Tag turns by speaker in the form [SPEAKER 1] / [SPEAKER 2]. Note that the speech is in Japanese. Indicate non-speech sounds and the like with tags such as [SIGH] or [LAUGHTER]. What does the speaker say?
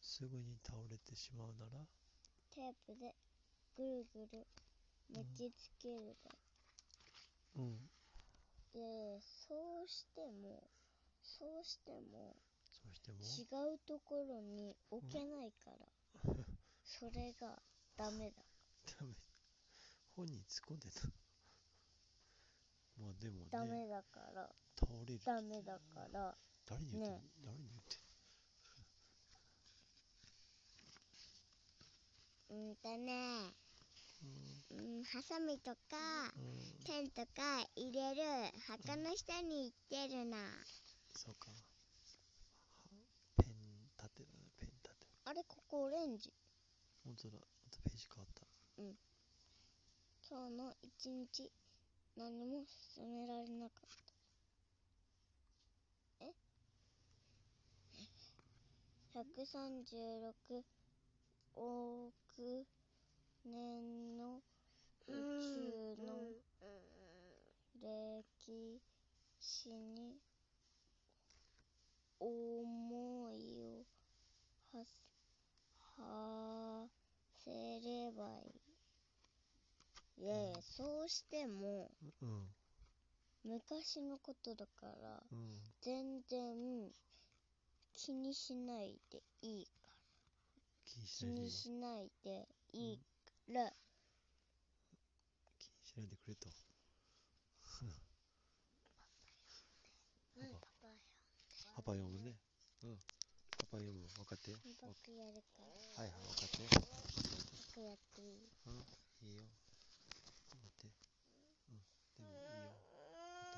[SPEAKER 1] すぐに倒れてしまうなら
[SPEAKER 2] テープでぐるぐる巻きつけるだ
[SPEAKER 1] うん
[SPEAKER 2] け、そうしてもそうしても
[SPEAKER 1] そうしても
[SPEAKER 2] 違うところに置けないから、それがダメだ
[SPEAKER 1] ダメ [LAUGHS] 本に突っ込んでたまあでも
[SPEAKER 2] ダ
[SPEAKER 1] ね
[SPEAKER 2] メだから
[SPEAKER 1] 倒れる
[SPEAKER 2] ダメだから
[SPEAKER 1] 誰に言ってんの、
[SPEAKER 2] ね
[SPEAKER 1] 誰に言ってん
[SPEAKER 2] うんとね
[SPEAKER 1] の
[SPEAKER 2] うんハサミとか
[SPEAKER 1] うんうん
[SPEAKER 2] ペンとか入れる墓の下に行ってるな
[SPEAKER 1] そうかはペン立てだねペン立て
[SPEAKER 2] あれここオレンジ
[SPEAKER 1] 本当だあとページ変わった
[SPEAKER 2] 今日の一日何も進められなかったえ136億年の宇宙の歴史に思いをはせはせればいい。いやいや、そうしても
[SPEAKER 1] うん
[SPEAKER 2] 昔のことだから
[SPEAKER 1] うん
[SPEAKER 2] 全然気にしないでいい。
[SPEAKER 1] 気にし
[SPEAKER 2] 気
[SPEAKER 1] ないでいい
[SPEAKER 2] にしないでいいから、
[SPEAKER 1] 気にしないでくれとうんパ
[SPEAKER 2] パ
[SPEAKER 1] パパ読むねうんパパ読む分かってよ
[SPEAKER 2] 僕やるから
[SPEAKER 1] はいはい分かってよ
[SPEAKER 2] 僕やっていい。
[SPEAKER 1] うんいいよ